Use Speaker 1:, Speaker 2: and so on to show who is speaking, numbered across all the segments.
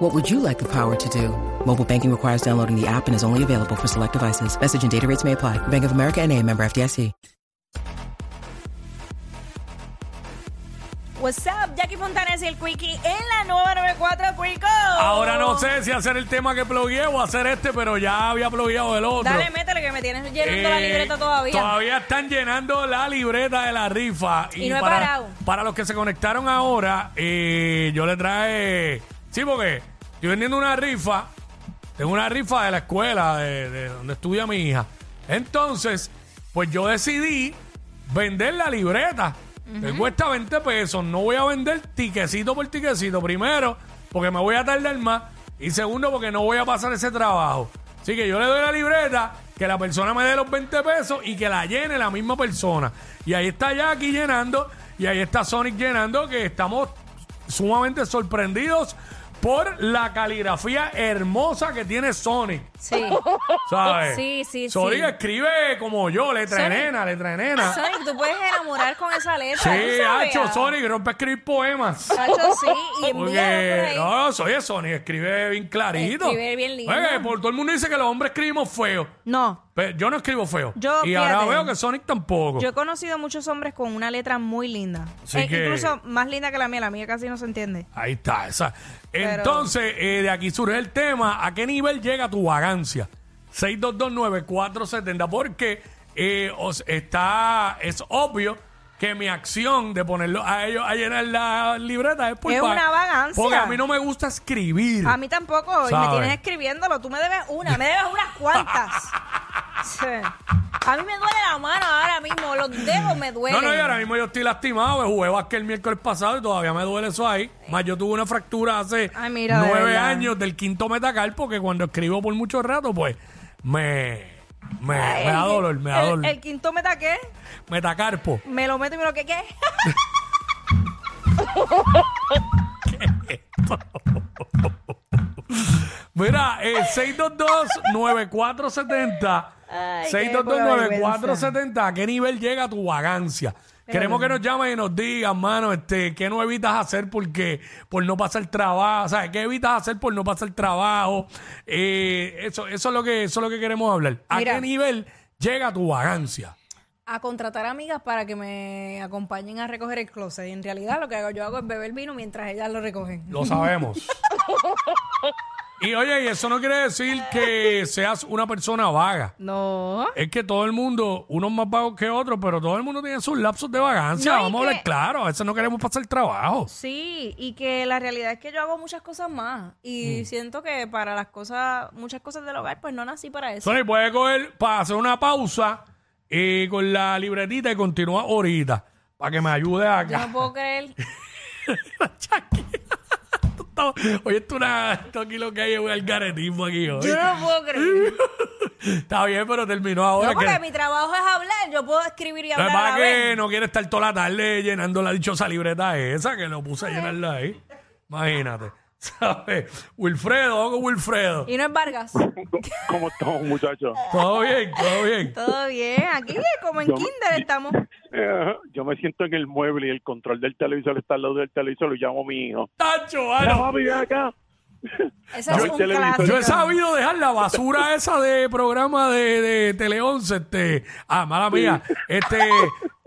Speaker 1: What would you like the power to do? Mobile banking requires downloading the app and is only available for select devices. Message and data rates may apply. Bank of America and a member FDIC.
Speaker 2: What's up, Jackie Fontanes y el Quickie en la nueva 94 Quico.
Speaker 3: Ahora no sé si hacer el tema que plugueé o hacer este, pero ya había plugueado el otro.
Speaker 2: Dale, métele que me tienes llenando la
Speaker 3: Eh,
Speaker 2: libreta todavía.
Speaker 3: Todavía están llenando la libreta de la rifa.
Speaker 2: Y no he
Speaker 3: para,
Speaker 2: parado.
Speaker 3: Para los que se conectaron ahora, eh, yo le traje. Sí, porque estoy vendiendo una rifa. Tengo una rifa de la escuela, de, de donde estudia mi hija. Entonces, pues yo decidí vender la libreta. Me cuesta 20 pesos. No voy a vender tiquecito por tiquecito. Primero, porque me voy a tardar más. Y segundo, porque no voy a pasar ese trabajo. Así que yo le doy la libreta, que la persona me dé los 20 pesos y que la llene la misma persona. Y ahí está Jackie llenando. Y ahí está Sonic llenando, que estamos sumamente sorprendidos por la caligrafía hermosa que tiene Sonic,
Speaker 2: Sí.
Speaker 3: ¿sabes?
Speaker 2: Sí, sí, sí.
Speaker 3: Sonic escribe como yo, letra de
Speaker 2: Sonic- Ah,
Speaker 3: nena, letra de nena.
Speaker 2: Sonic, tú puedes enamorar con esa letra. tú
Speaker 3: Sí,
Speaker 2: sabes.
Speaker 3: hacho, Sonic rompe a escribir poemas.
Speaker 2: Hacho, sí. Y envíalo por
Speaker 3: Porque,
Speaker 2: ahí.
Speaker 3: no, no, soy de Sonic, escribe bien clarito.
Speaker 2: Escribe bien lindo.
Speaker 3: Oye, que por todo el mundo dice que los hombres escribimos feo.
Speaker 2: No,
Speaker 3: Pero yo no escribo feo.
Speaker 2: Yo,
Speaker 3: y ahora
Speaker 2: fíjate.
Speaker 3: veo que Sonic tampoco.
Speaker 2: yo he conocido muchos hombres con una letra muy linda.
Speaker 3: Así
Speaker 2: Eh,
Speaker 3: que-
Speaker 2: Incluso más linda que la mía. La mía casi no se entiende.
Speaker 3: Ahí está, esa. Entonces, eh, de aquí surge el tema, ¿a qué nivel llega tu vagancia? 6229470, porque eh, os- está, es obvio que mi acción de ponerlo a ellos a llenar la libreta es por
Speaker 2: Es
Speaker 3: va-
Speaker 2: una vagancia.
Speaker 3: Porque a mí no me gusta escribir.
Speaker 2: A mí tampoco. Y me
Speaker 3: Sabe.
Speaker 2: tienes escribiéndolo. Tú me debes una. Me debes unas cuantas. Sí. A mí me duele la mano ahora mismo. Los dedos me
Speaker 3: no,
Speaker 2: duelen.
Speaker 3: no, y ahora mismo yo estoy lastimado, jugué básquet el miércoles pasado y todavía me duele eso ahí. Más yo tuve una fractura hace
Speaker 2: Ay, mira, de
Speaker 3: nueve
Speaker 2: verdad.
Speaker 3: años del quinto metacal, porque cuando escribo por mucho rato, pues me, me, me da dolor, me da
Speaker 2: El-
Speaker 3: dolor.
Speaker 2: El, quinto meta qué?
Speaker 3: Metacarpo.
Speaker 2: Me lo meto y me lo que qué.
Speaker 3: Mira, eh, 622-9470.
Speaker 2: Ay, qué época
Speaker 3: 622-9470. ¿A qué nivel llega tu vagancia? Queremos que nos llamen y nos digan, mano, este, ¿qué no evitas hacer porque por no pasar trabajo? ¿Sabes? ¿Qué evitas hacer por no pasar trabajo? Eh, eso, eso es lo que, eso es lo que queremos hablar. ¿A
Speaker 2: Mira.
Speaker 3: qué nivel llega tu vagancia?
Speaker 2: A contratar amigas para que me acompañen a recoger el closet. Y en realidad lo que hago, yo hago es beber vino mientras ellas lo recogen.
Speaker 3: Lo sabemos. y oye, y eso no quiere decir que seas una persona vaga.
Speaker 2: No.
Speaker 3: Es que todo el mundo, unos más vagos que otros, pero todo el mundo tiene sus lapsos de vagancia.
Speaker 2: No, y
Speaker 3: Vamos a hablar
Speaker 2: que-
Speaker 3: claro, a veces no queremos pasar trabajo.
Speaker 2: Sí, y que la realidad es que yo hago muchas cosas más.
Speaker 3: Mm.
Speaker 2: Y siento que para las cosas, muchas cosas del hogar, pues no nací para eso.
Speaker 3: Sony, puedes coger para hacer una pausa eh, con la libretita y continúa ahorita para que me ayude
Speaker 2: Yo
Speaker 3: acá.
Speaker 2: no puedo creer.
Speaker 3: Tú estás- Oye, esto, es una, esto aquí lo que hay es un algaretismo aquí hoy.
Speaker 2: Yo no puedo creer.
Speaker 3: Está bien, pero terminó ahora.
Speaker 2: No, porque
Speaker 3: que...
Speaker 2: mi trabajo es hablar. Yo puedo escribir y
Speaker 3: Lo que
Speaker 2: hablar a
Speaker 3: pasa
Speaker 2: la
Speaker 3: es que
Speaker 2: vez.
Speaker 3: no quiere estar toda la tarde llenando la dichosa libreta esa, que lo puse a llenarla ahí. Imagínate. ¿Sabes? Wilfredo, vamos con Wilfredo.
Speaker 2: Y no es Vargas.
Speaker 4: ¿Cómo estamos, muchachos?
Speaker 3: Todo bien, todo bien.
Speaker 2: Todo bien. Aquí, como en
Speaker 4: Yo-
Speaker 2: Kinder, estamos.
Speaker 4: Eh, Yo me siento en el mueble y el control del televisor está al lado del televisor, lo llamo a mi hijo.
Speaker 3: Tacho,
Speaker 4: Mira,
Speaker 3: mano.
Speaker 4: papi, ven acá.
Speaker 2: Esa es
Speaker 4: Yo el
Speaker 2: un
Speaker 4: televisor-
Speaker 2: clásico.
Speaker 3: Yo he sabido dejar la basura esa de programa de, de Tele 11, este, ah, mala mía, este,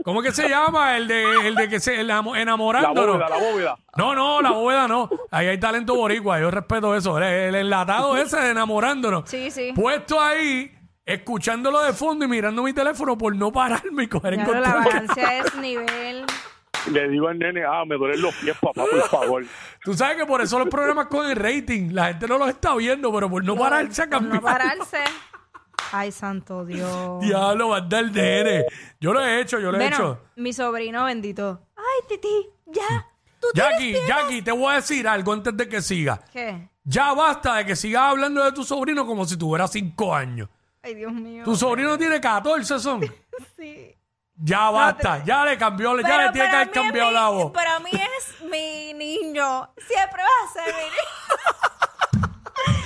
Speaker 3: ¿cómo es que se llama? El de, el de que se el amo-
Speaker 4: La
Speaker 3: enamorándonos.
Speaker 4: bóveda, la bóveda.
Speaker 3: No, no, la bóveda no. Ahí hay talento boricua, yo respeto eso. El, el enlatado ese de enamorándonos.
Speaker 2: Sí, sí.
Speaker 3: Puesto ahí, escuchándolo de fondo y mirando mi teléfono por no pararme y coger el
Speaker 2: Claro, la
Speaker 3: control.
Speaker 2: vagancia es nivel.
Speaker 4: Le digo al nene, ah, me duelen los pies, papá, por favor.
Speaker 3: Tú sabes que por eso los programas con el rating, la gente no los está viendo, pero por no pararse a
Speaker 2: Por
Speaker 3: cambiar.
Speaker 2: no pararse. Ay, santo Dios.
Speaker 3: Diablo, va a andar nene. Yo lo he hecho, yo lo he
Speaker 2: Bueno,
Speaker 3: hecho.
Speaker 2: mi sobrino bendito. Ay, Titi, ya. Tú
Speaker 3: Jackie,
Speaker 2: tienes pie-
Speaker 3: Jackie, te voy a decir algo antes de que siga.
Speaker 2: ¿Qué?
Speaker 3: Ya basta de que sigas hablando de tu sobrino como si tuviera cinco años.
Speaker 2: Ay, Dios mío.
Speaker 3: Tu sobrino tiene 14, son.
Speaker 2: Sí.
Speaker 3: Ya basta,
Speaker 2: te-
Speaker 3: ya le cambió, ya le tiene que
Speaker 2: para
Speaker 3: haber
Speaker 2: mí es
Speaker 3: cambiado
Speaker 2: mi- pues,
Speaker 3: la voz.
Speaker 2: Para mí es mi niño. Siempre va a ser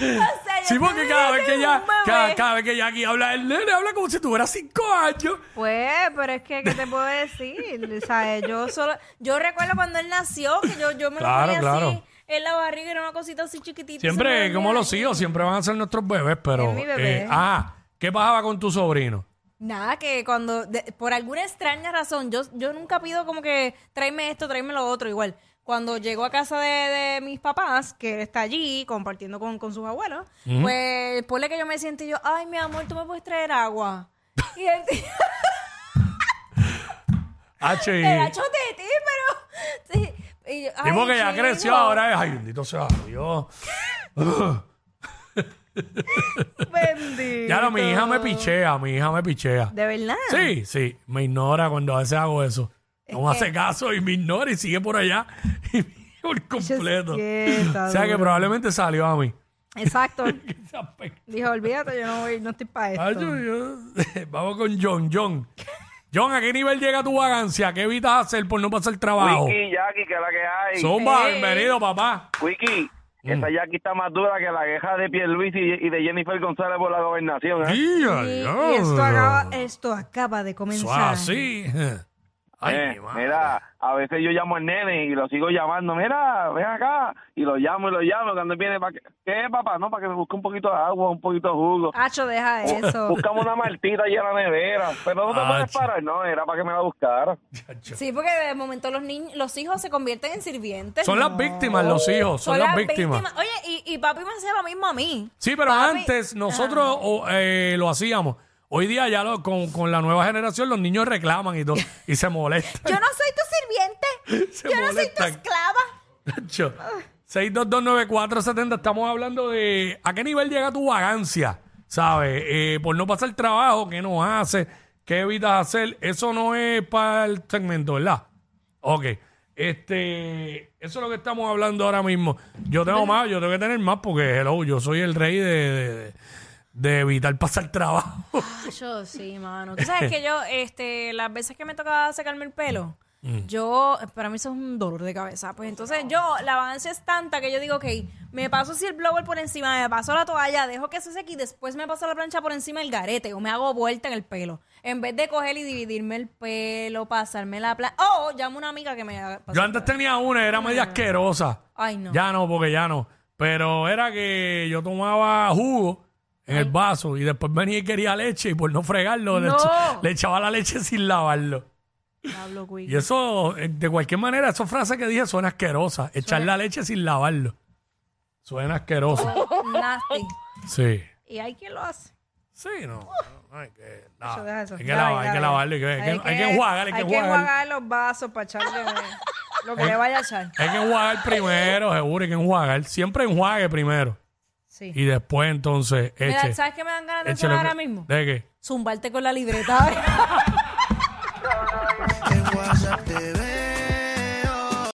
Speaker 2: mi niño. o sea, yo
Speaker 3: Sí, porque
Speaker 2: estoy
Speaker 3: cada vez
Speaker 2: viviendo
Speaker 3: que ya,
Speaker 2: un bebé.
Speaker 3: cada, cada vez que ya aquí habla el nene, habla como si tuviera cinco años.
Speaker 2: Pues, pero es que, ¿qué te puedo decir? O sea, yo solo... Yo recuerdo cuando él nació, que yo, yo me
Speaker 3: Claro,
Speaker 2: lo ponía
Speaker 3: claro.
Speaker 2: así en la barriga, era una cosita así chiquitita. se me
Speaker 3: Siempre,
Speaker 2: dormía
Speaker 3: como los
Speaker 2: ahí.
Speaker 3: hijos, siempre van a ser nuestros bebés, pero.
Speaker 2: Es mi bebé.
Speaker 3: eh, ah, ¿qué pasaba con tu sobrino?
Speaker 2: Nada, que cuando, de- por alguna extraña razón, yo, yo nunca pido como que tráeme esto, tráeme lo otro, igual. Cuando llego a casa de, de mis papás, que él está allí compartiendo con, con sus abuelos, pues ponle que yo me siento y yo, ay, mi amor, tú me puedes traer agua. Y él,
Speaker 3: H. Y,
Speaker 2: era chote de ti, pero... sí. Y yo,
Speaker 3: y
Speaker 2: "Ay,
Speaker 3: porque ya
Speaker 2: chico".
Speaker 3: creció, ahora es. Ay, bendito sea Dios.
Speaker 2: Bendito.
Speaker 3: Ya no, mi hija me pichea, mi hija me pichea.
Speaker 2: ¿De verdad?
Speaker 3: Sí, sí, me ignora cuando a veces hago eso. No me hace caso y me ignora y sigue por allá y por completo.
Speaker 2: quieta,
Speaker 3: o sea que
Speaker 2: duro.
Speaker 3: probablemente salió a mí.
Speaker 2: Exacto. Dijo, olvídate, yo no, voy, no estoy para esto.
Speaker 3: Ay, yo- yo- Vamos con John, John. John, ¿a qué nivel llega tu vagancia? ¿Qué evitas hacer por no pasar trabajo?
Speaker 5: Wiki, Jackie, que es la que hay.
Speaker 3: Zumba,
Speaker 2: Hey.
Speaker 3: bienvenido, papá.
Speaker 5: Wiki,
Speaker 3: Mm.
Speaker 5: esa Jackie está más dura que la queja de Pierluis y, y de Jennifer González por la gobernación. ¿eh?
Speaker 3: Día,
Speaker 2: Y, y esto,
Speaker 3: diablo.
Speaker 2: acaba, esto acaba de
Speaker 3: Eso
Speaker 2: comenzar.
Speaker 3: así. Ay,
Speaker 5: Eh,
Speaker 3: mi madre.
Speaker 5: mira, a veces yo llamo al nene y lo sigo llamando. Mira, ven acá. Y lo llamo y lo llamo. Cuando él viene, ¿pa qué? ¿qué, papá? No, para que me busque un poquito de agua, un poquito de jugo.
Speaker 2: Hacho, deja eso.
Speaker 5: Buscamos una martita allá en la nevera. Pero no te puedes
Speaker 3: Acho.
Speaker 5: parar. No, era para que me la buscara.
Speaker 2: Sí, porque de momento los niños, los hijos se convierten en sirvientes.
Speaker 3: Son las
Speaker 2: No.
Speaker 3: víctimas, los hijos, son, las víctimas.
Speaker 2: Oye, y, y papi me hacía lo mismo a mí.
Speaker 3: Sí, pero
Speaker 2: Papi-
Speaker 3: antes nosotros o, eh, lo hacíamos. Hoy día ya lo- con, con la nueva generación los niños reclaman y, todo, y se molestan.
Speaker 2: Yo no soy tu sirviente.
Speaker 3: Se
Speaker 2: yo no soy tu
Speaker 3: molestan.
Speaker 2: esclava.
Speaker 3: Nacho, 6229470, estamos hablando de a qué nivel llega tu vagancia, ¿sabes? Eh, por no pasar trabajo, qué no haces, qué evitas hacer. Eso no es para el segmento, ¿verdad? Ok. Este, eso es lo que estamos hablando ahora mismo. Yo tengo más, yo tengo que tener más porque, hello, yo soy el rey de, de- de evitar pasar trabajo.
Speaker 2: Yo sí, mano. Tú sabes que yo, este, las veces que me tocaba secarme el pelo,
Speaker 3: Mm.
Speaker 2: yo, para mí eso es un dolor de cabeza. Pues entonces yo, la avance es tanta que yo digo, ok, me paso si el blower por encima, me paso la toalla, dejo que se seque y después me paso la plancha por encima del garete o me hago vuelta en el pelo. En vez de coger y dividirme el pelo, pasarme la plancha. Oh, llamo a una amiga que me haga.
Speaker 3: Yo antes tenía una, era media asquerosa.
Speaker 2: Ay, no.
Speaker 3: Ya no, porque ya no. Pero era que yo tomaba jugo en el vaso y después venía y quería leche y por no fregarlo le,
Speaker 2: No.
Speaker 3: echa- le echaba la leche sin lavarlo.
Speaker 2: Hablo,
Speaker 3: Y eso, eh, de cualquier manera, esa frase que dije suena asquerosa. Echar la leche sin lavarlo. Suena asquerosa.
Speaker 2: Nasty.
Speaker 3: Sí.
Speaker 2: Y hay quien lo hace.
Speaker 3: Sí, no. no, hay que, nada.
Speaker 2: Eso, deja eso.
Speaker 3: Ah, Hay que
Speaker 2: Ya,
Speaker 3: lavar,
Speaker 2: ya,
Speaker 3: hay que
Speaker 2: ya.
Speaker 3: lavarlo. Hay que, hay que- hay que enjuagar, hay que enjuagar. Eh,
Speaker 2: enjuagar los vasos para echarle eh, lo que le vaya a echar.
Speaker 3: Hay que enjuagar primero, seguro, hay que enjuagar. Siempre enjuague primero.
Speaker 2: Sí.
Speaker 3: Y después, entonces, eche.
Speaker 2: Mira, ¿Sabes qué me dan ganas de
Speaker 3: eche
Speaker 2: hacer
Speaker 3: lo
Speaker 2: ahora
Speaker 3: que-
Speaker 2: mismo?
Speaker 3: ¿De qué?
Speaker 2: Zumbarte con la libreta.
Speaker 6: En WhatsApp te veo.